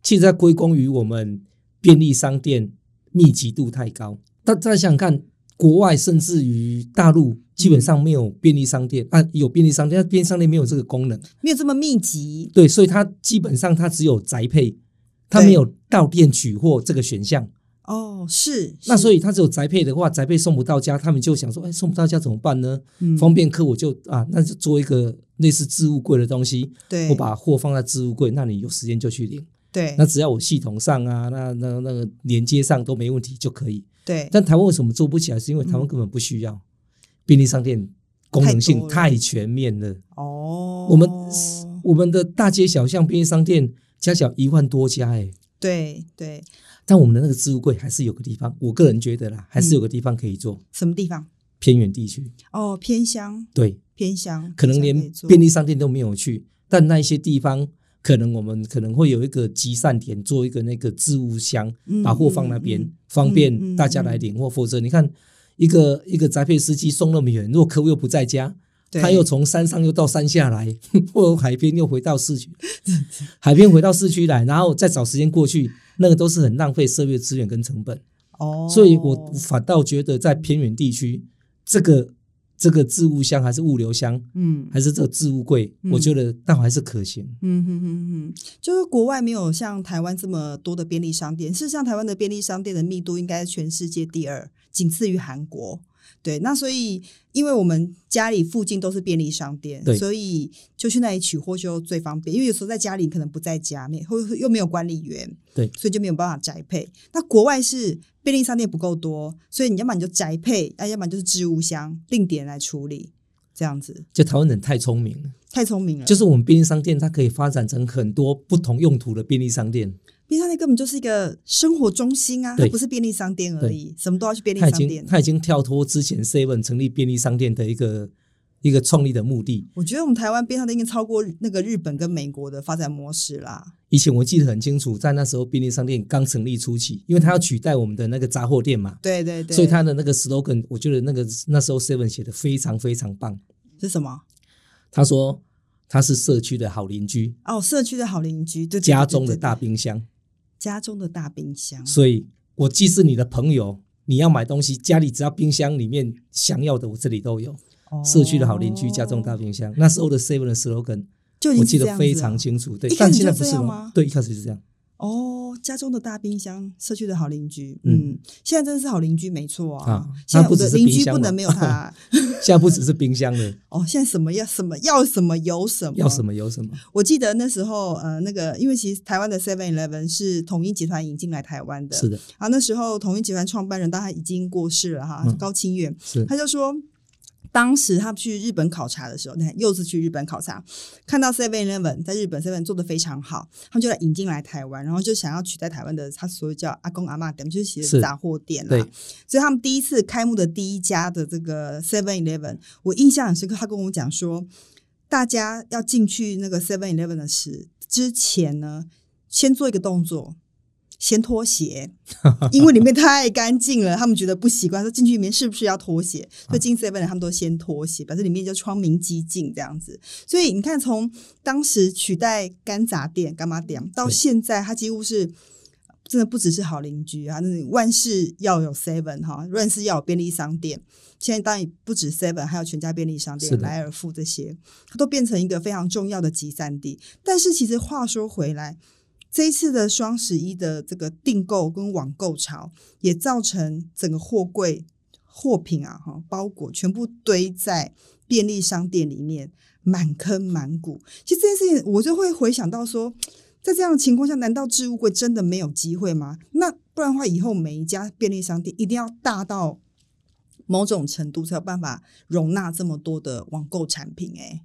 其实在归功于我们便利商店密集度太高。大大家想想看，国外甚至于大陆基本上没有便利商
嗯
店、啊，有便利商店，但便利商店没有这个功能。
没有这么密集。
对，所以它基本上它只有宅配，它
对
没有到店取货这个选项。
哦，是，
那所
以
以它只有宅配的话，宅配送不到家，他们就想说，哎，送不到家怎么办呢？
嗯
方便客我就啊，那就做一个类似置物柜的东西，
对，
我把货放在置物柜，那你有时间就去领。
对
那只要我系统上啊，那那那个连接上都没问题就可以。
对
但台湾为什么做不起来？是因为台湾根本不需要便利商店功能
嗯太多
性
了
太全面了。
哦，
我们我们的大街小巷便利商店加起来一万多家哎、
对对
但我们的那个置物柜还是有个地方，我个人觉得啦，还是有个地方可以做、
什么地方？
偏远地区，
哦，偏乡
对，
偏乡，
可能
才
连
以做
便利商店都没有去，但那一些地方可能我们可能会有一个集散点，做一个那个置物箱，
嗯
把货放那边，
嗯嗯嗯
方
嗯
便大家来领货。否则你看，一个一个宅配司机送那么远，如果客户又不在家，
嗯对
他又从山上又到山下来，或海边又回到市区， 海边回到市区来，然后再找时间过去，那个都是很浪费社会资源跟成本。
哦，
所以我反倒觉得在偏远地区，这个这个置物箱还是物流箱，
嗯
还是这个置物柜，
嗯
我觉得倒还是可行。
嗯哼哼哼，就是国外没有像台湾这么多的便利商店。事实上，台湾的便利商店的密度应该是全世界第二，仅次于韩国。对，那所以因为我们家里附近都是便利商店，
对
所以就去那里取货就最方便。因为有时候在家里可能不在家，没或又没有管理员，
对
所以就没有办法宅配。那国外是便利商店不够多，所以你要么你就宅配，啊，要么就是置物箱定点来处理，这样子
就台湾人太聪明了，
太聪明了。
就是我们便利商店，它可以发展成很多不同用途的便利商店，
便利商店根本就是一个生活中心啊，它
对
不是便利商店而已，什么都要去便利
它
商
已经
店。
它已经跳脱之前 Seven 成立便利商店的一个一个创立的目的。
我觉得我们台湾便利商店应该超过那个日本跟美国的发展模式啦。
以前我记得很清楚，在那时候便利商店刚成立初期，因为它要取代我们的那个杂货店嘛，
对对对，
所以它的那个 slogan，我觉得那个那时候 Seven 写的非常非常棒。
是什么？
他说他是社区的好邻居，
哦，社区的好邻居，对对对
家中
对
的
对
大冰箱，
家中的大冰箱。
所以我既是你的朋友，你要买东西，家里只要冰箱里面想要的，我这里都有。
哦
社区的好邻居，家中大冰箱，那时候的 Seven 的 slogan，
就已经
我
是
记
这
得
样子
非
了
常清楚。对
一，开
但
始
现在
就
不
这
是
样
了
吗。
对，一开始是这样。
哦，家中的大冰箱，社区的好邻居，嗯
嗯，
现在真的是好邻居，没错啊。
啊
现在
那不
我的
只是
邻
冰
居
箱
不能
嘛
没有他
现在不只是冰箱了，
哦，现在什么要什么要什么有什么，
要什么有什么。
我记得那时候，呃，那个因为其实台湾的 Seven Eleven 是统一集团引进来台湾的，
是的，
啊，那时候统一集团创办人当然已经过世了哈，
嗯
高清远，
是
他就说。当时他去日本考察的时候，你看又是去日本考察，看到 Seven Eleven 在日本 Seven 做的非常好，他们就来引进来台湾，然后就想要取代台湾的他所谓叫阿公阿嬷店，就是其实
是
杂货店啦
对。
所以他们第一次开幕的第一家的这个 Seven Eleven，我印象很深刻。他跟我讲说，大家要进去那个 Seven Eleven 的时之前呢，先做一个动作，先脱鞋， 因为里面太干净了，他们觉得不习惯，说进去里面是不是要脱鞋？所以
嗯
进 Seven 他们都先脱鞋，表示里面就窗明几净这样子。所以你看，从当时取代干杂店、干妈店到
对
现在，它几乎是。真的不只是好邻居啊，那你万事要有 Seven 哈，万事要有便利商店。现在当然不止 Seven，还有全家便利商
是
店、
的
莱尔富这些，它都变成一个非常重要的集散地。但是其实话说回来，这一次的双十一的这个订购跟网购潮，也造成整个货柜货品啊哈包裹全部堆在便利商店里面，满坑满谷。其实这件事情，我就会回想到说，在这样的情况下，难道置物柜真的没有机会吗？那不然的话，以后每一家便利商店一定要大到。某种程度才有办法容纳这么多的网购产品、欸，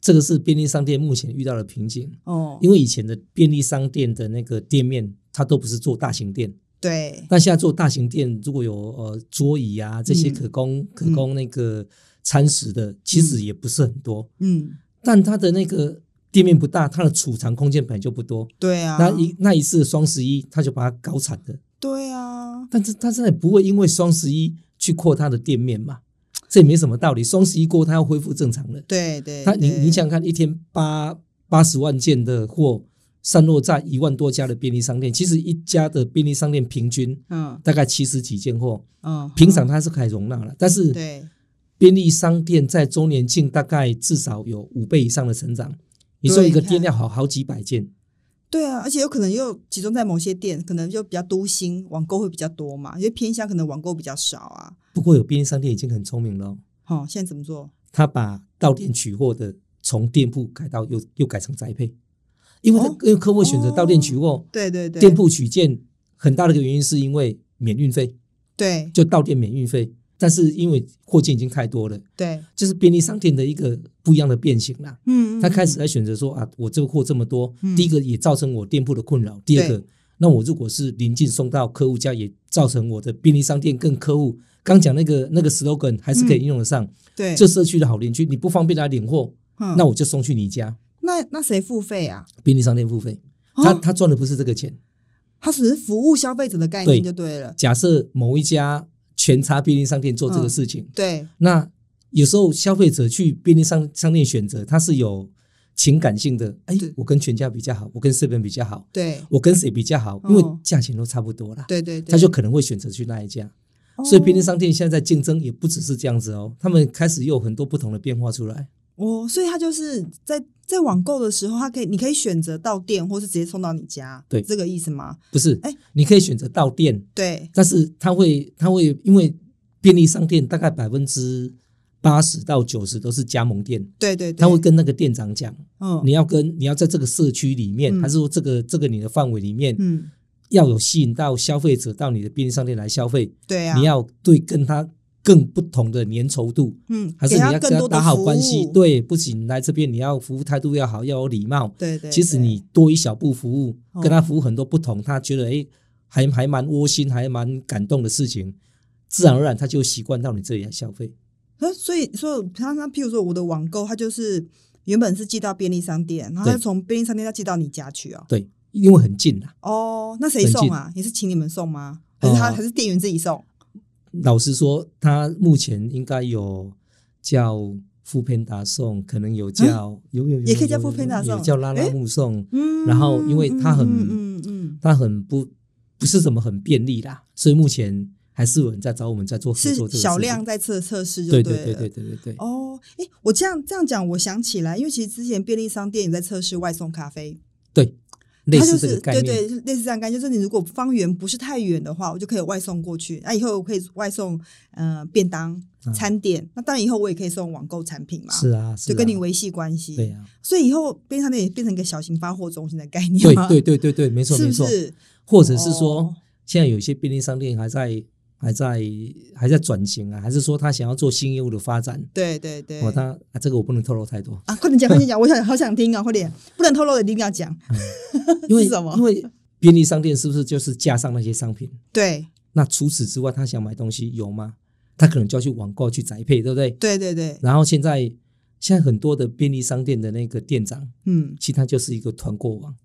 这个是便利商店目前遇到的瓶颈，
哦，
因为以前的便利商店的那个店面，它都不是做大型店，
对，
那现在做大型店，如果有呃桌椅啊这些
嗯
可供、可供那个餐食的，其实也不是很多，
嗯，
但它的那个店面不大，它的储藏空间本来就不多。
对啊，
那一那一次双十一，它就把它搞惨了，
对啊，
但是它真的不会因为双十一去扩它的店面嘛？这也没什么道理。双十一过，它要恢复正常了。
对对，
它你
对
你想想看，一天八八十万件的货散落在一万多家的便利商店，其实一家的便利商店平均
嗯
大概七十几件货。
嗯，
平常它是可以容纳了，但是
对
便利商店在周年庆大概至少有五倍以上的成长。你说一个
你看
店要好好几百件，
对啊，而且有可能又集中在某些店，可能就比较都心，网购会比较多嘛，因为偏乡可能网购比较少啊。
不过有便利商店已经很聪明了哦，
哦，现在怎么做？
他把到店取货的从店铺改到又又改成宅配，因为他、
哦
因为客户选择到店取货，
对对对，
店铺取件很大的一个原因是因为免运费，
对
就到店免运费，但是因为货件已经太多了，
对，
就是便利商店的一个不一样的变形啦。
嗯，嗯
他开
嗯
始在选择说啊，我这个货这么多
嗯，
第一个也造成我店铺的困扰，第二个，那我如果是临近送到客户家，也造成我的便利商店跟客户刚讲那个那个
嗯
slogan 还是可以应用得上。
对，
这社区的好邻居，你不方便来领货，
那
那我就送去你家。
那那谁付费啊？
便利商店付费，他
哦，
他赚的不是这个钱。
它只是服务消费者的概念
对
就对了。
假设某一家全差便利商店做这个事情，
对，
那有时候消费者去便利商商店选择，他是有情感性的。哎
对，
我跟全家比较好，我跟 seven 比较好，
对，
我跟谁比较好？
嗯
因为价钱都差不多啦，
对对对，
他就可能会选择去那一家。
哦
所以便利商店现在在竞争也不只是这样子哦，他们开始又有很多不同的变化出来。
哦，所以他就是在在网购的时候，他可以你可以选择到店，或是直接送到你家，
对
这个意思吗？
不是
哎，
你可以选择到店，
对，
但是他会他会因为便利商店大概百分之八十到九十都是加盟店，
对对对，
他会跟那个店长讲，
嗯
你要跟你要在这个社区里面，
嗯
还是说这个这个你的范围里面，
嗯，
要有吸引到消费者到你的便利商店来消费，
对啊，
你要对跟他更不同的粘稠度，
嗯，
还是
给
你
他
要
更
跟他
多的
打好
服
关系？
务
对，不行，来这边你要服务态度要好，要有礼貌。
对对，
其实
对
你多一小步服务
哦，
跟他服务很多不同，他觉得诶还还蛮窝心，还蛮感动的事情，自然而然他就习惯到你这里来消费。
呃，所以说，他他譬如说我的网购，他就是原本是寄到便利商店，然后
对
他从便利商店再寄到你家去哦。
对，因为很近啊啦。
哦，那谁
很
送
近
啊？也是请你们送吗？还是他、
呃
还是店员自己送？
老实说，他目前应该有叫富片达送，可能有叫有有有
啊也可以叫
有有
Foodpanda
有
送
叫拉拉
诶
木送，
嗯
然后因为他很
嗯嗯嗯，
他很不不是怎么很便利啦，所以目前还是有人在找我们在做合
是
作这个
小
事情
量在测测试就
对
对
对
了。
对对对对对，
哦，哎，我这样这样讲，我想起来，因为其实之前便利商店也在测试外送咖啡，
对，类
它就
似这
是
个概
对
念，
对，类似这样概念，就是你如果方圆不是太远的话，我就可以外送过去。那以后我可以外送呃便当、
嗯
餐点，那当然以后我也可以送网购产品嘛，
是啊，是
就跟
啊
你维系关系。
对啊，
所以以后便利商店也变成一个小型发货中心的概念嘛，
对 对对对对，没错
是
没
不
错，
是？
或者是
哦
说现在有一些便利商店还在还在还在转型啊，还是说他想要做新业务的发展？
对对对。
哦，他啊，这个我不能透露太多。
啊，快点讲，快点讲，我想好想听啊，快点，不能透露的一定要讲。
因为
是什么
因为便利商店是不是就是加上那些商品？
对
那除此之外，他想买东西有吗？他可能就要去网购去宅配，对不对？
对对对，
然后现在现在很多的便利商店的那个店长，
嗯，
其实他就是一个团购网，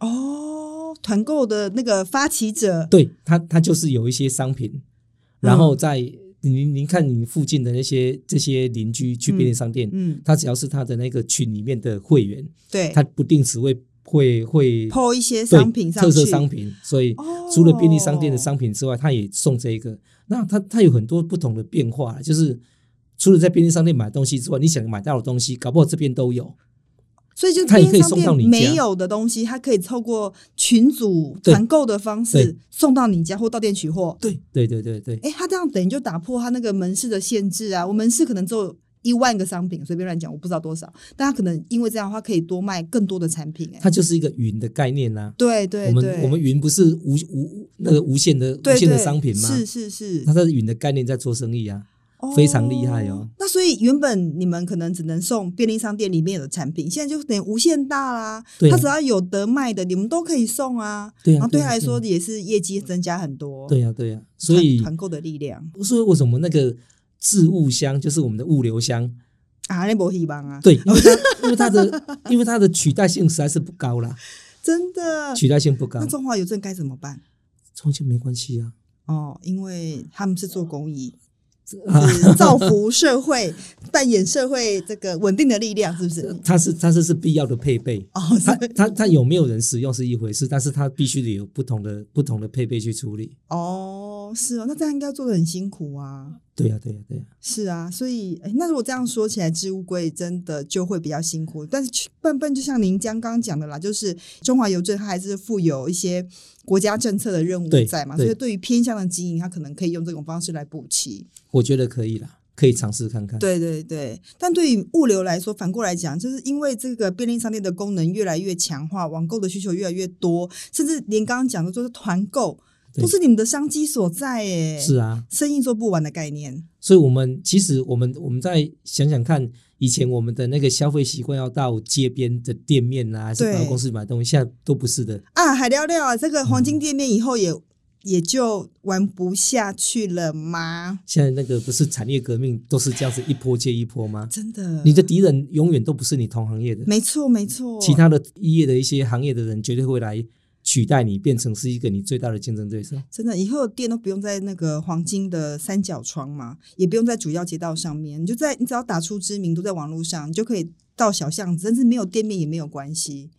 哦，团购的那个发起者，
对他他就是有一些商品，然后在
嗯
您您看你附近的那些这些邻居去便利商店，
嗯，
他只要是他的那个群里面的会员，
对，
他不定时会会会
抛一些
对
商品上
特
去，
色商品，所以
哦
除了便利商店的商品之外，他也送这一个。那他他有很多不同的变化，就是除了在便利商店买东西之外，你想买到的东西，搞不好这边都有。
所以就是
它也
便利
可以
商
送
店
到你家
没有的东西，它可以透过群组
对
团购的方式
对
送到你家或到店取货。
对对对对对，
哎，它这样等于就打破它那个门市的限制啊！我门市可能只有一万个商品，随便乱讲，我不知道多少，但它可能因为这样的话，可以多卖更多的产品。哎，
它就是一个云的概念啊呐、
对对
我
哎对，
们我们云不是无无那个无限的
对
无限的
对
商品吗？
是是是
它，在云的概念在做生意啊。非常厉害哦。
那所以原本你们可能只能送便利商店里面的产品，现在就等于无限大啦。
对啊
它只要有得卖的，你们都可以送啊。
对
然
啊，
后对他
啊
来说，也是业绩增加很多。
对呀、啊、对呀、啊所以
团团购的力量
所以为什么那个置物箱就是我们的物流箱？
啊，那不希望啊，
对，因为它因为它的因为它的取代性实在是不高啦，
真的。
取代性不高
那，中华邮政该怎么办？
中间没关系啊。
哦，因为他们是做公益，
啊
是造福社会，扮演社会这个稳定的力量，是不是？
它是它是是必要的 配备，
哦，
它
是
它它有没有人使用是一回事，但是它必须得有不同的不同的配备去处理。
哦，是哦，那这样应该做的很辛苦啊。
对呀、对呀、对呀、
是啊，所以诶那如果这样说起来，织乌龟真的就会比较辛苦。但是去笨笨就像您刚刚讲的啦，就是中华邮政它还是负有一些国家政策的任务
对
在嘛，所
对
以对于偏向的经营，它可能可以用这种方式来补齐。
我觉得可以啦，可以尝试看看。
对对对，但对于物流来说，反过来讲，就是因为这个便利商店的功能越来越强化，网购的需求越来越多，甚至连刚刚讲的就是团购，
对
都是你们的商机所在耶。
是啊，
生意做不完的概念。
所以我们其实我们我们再想想看，以前我们的那个消费习惯要到街边的店面啊，还是
对
百货公司买东西，现在都不是的。嗯
啊，海聊聊啊，这个黄金店面以后也也就玩不下去了吗？
现在那个不是产业革命都是这样子一波接一波吗？
真的，
你的敌人永远都不是你同行业的，
没错没错，
其他的一业的一些行业的人绝对会来取代你，变成是一个你最大的竞争对手。
真的，以后的店都不用在那个黄金的三角窗嘛，也不用在主要街道上面，你就在你只要打出知名度在网络上，你就可以到小巷子，甚至没有店面也没有关系，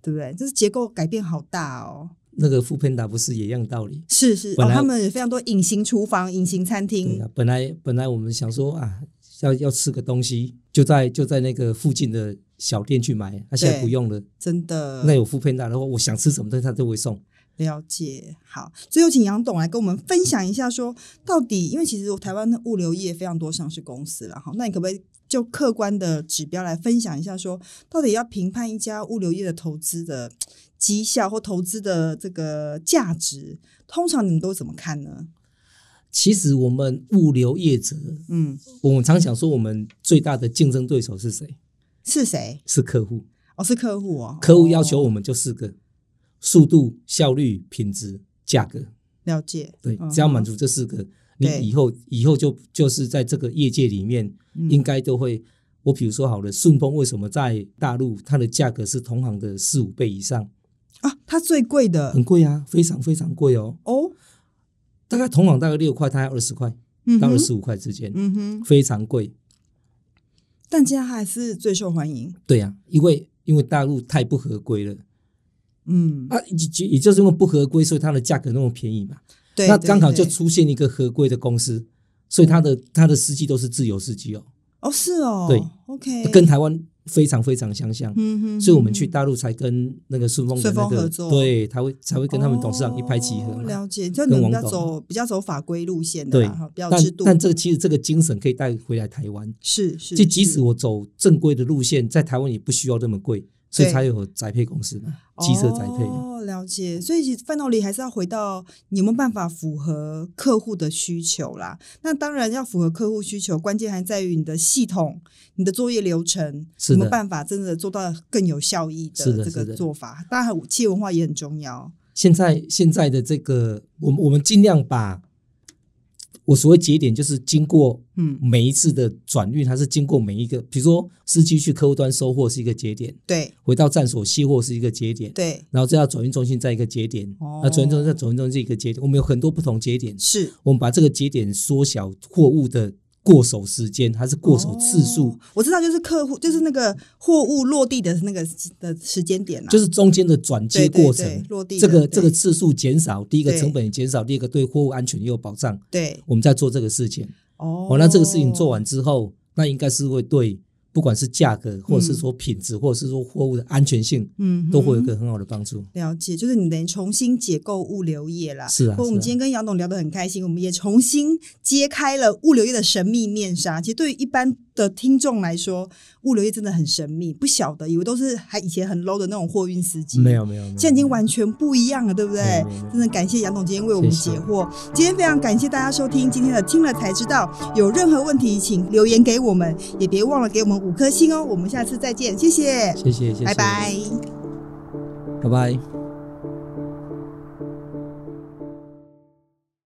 对不对？这是结构改变好大哦。
那个富平达不是也一样道理？
是是，
本
哦，
来
他们有非常多隐形厨房、隐形餐
对
厅，
啊，本来本来我们想说啊，要要吃个东西，就在就在那个附近的小店去买，那、现在
对
不用了。
真
那
的
有富平达的话，我想吃什么东西他都会送。
了解。好，最后请杨董来跟我们分享一下说，到底因为其实台湾的物流业非常多上市公司了哈，那你可不可以就客观的指标来分享一下说，到底要评判一家物流业的投资的绩效或投资的这个价值，通常你们都怎么看呢？
其实我们物流业者，
嗯，
我们常想说，我们最大的竞争对手是谁？
是谁？
是客户。
哦，是客户哦，
客户要求
哦
我们就四个：速度、效率、品质、价格。
了解，
对，
嗯
只要满
哼
足这四个，你
对
以后以后就就是在这个业界里面，
嗯
应该都会。我比如说好了，顺丰为什么在大陆它的价格是同行的四五倍以上？
啊，它最贵的
很贵啊，非常非常贵哦。
哦，
大概同行大概六块，它要二十块
嗯
到
哼
二十五块之间，
嗯哼，
非常贵。
但现在还是最受欢迎。
对啊，因为因为大陆太不合规了
嗯，
啊，也也就是因为不合规，所以它的价格那么便宜嘛。
对，
那
对
刚好就
对
出现一个合规的公司，所以他的他的司机都是自由司机哦，
哦，是哦，
对
，OK，
跟台湾非常非常相像。
嗯哼，
所以我们去
嗯
大陆才跟那个顺丰的那
顺丰合
个
作
对，他会才会跟他们董事长一拍即合
哦
嘛。
了解，这你们比
跟
较
王董
走比较走法规路线的
对
啦，哈，比较
但
制度，
但这个其实这个精神可以带回来台湾，
是是，
就即使
是
我走正规的路线，在台湾也不需要这么贵，所以
对
才有宅配公司嘛，机车宅配。
哦，了解。所以其实范道理还是要回到你有没有办法符合客户的需求啦。那当然要符合客户需求，关键还在于你的系统、你的作业流程
是
有没
的
有办法真的做到更有效益
是
的
的
这
是
个
的
做法。当然，企业文化也很重要。
现在现在的这个，我们我们尽量把我所谓节点，就是经过
嗯，
每一次的转运，它是经过每一个，比如说司机去客户端收货是一个节点，
对
回到站所卸货是一个节点，
对，
然后再到转运中心在一个节点，
哦
那转运中心在转运中心一个节点，我们有很多不同节点，
是
我们把这个节点缩小货物的过手时间还是过手次数，
哦我知道，就是客户，就是那个货物落地的那个的时间点啦，
就是是中间的转接
对对
过程，
对落地的
这个
对
这个次数减少，第一个
对
成本也减少，第二个对货物安全也有保障，
对
我们在做这个事情。
哦
哦，那这个事情做完之后，那应该是会对不管是价格，或者是说品质，或者是说货物的安全性，
嗯
都会有一
哼
个很好的帮助。
了解，就是你等于重新解构物流业啦。
是啊
不过我们
是啊
今天跟杨董聊得很开心，我们也重新揭开了物流业的神秘面纱。其实对于一般的听众来说，物流业真的很神秘，不晓得以为都是还以前很 low 的那种货运司机。
没。有没有，没有
现在已经完全不一样了，对不对
没有没有没？有
真的感谢杨董今天为我们解
谢谢
惑。今天非常感谢大家收听今天的《听了才知道》，有任何问题请留言给我们，也别忘了给我们五颗星哦。我们下次再见，谢谢，
谢谢谢谢，
拜拜。
拜拜。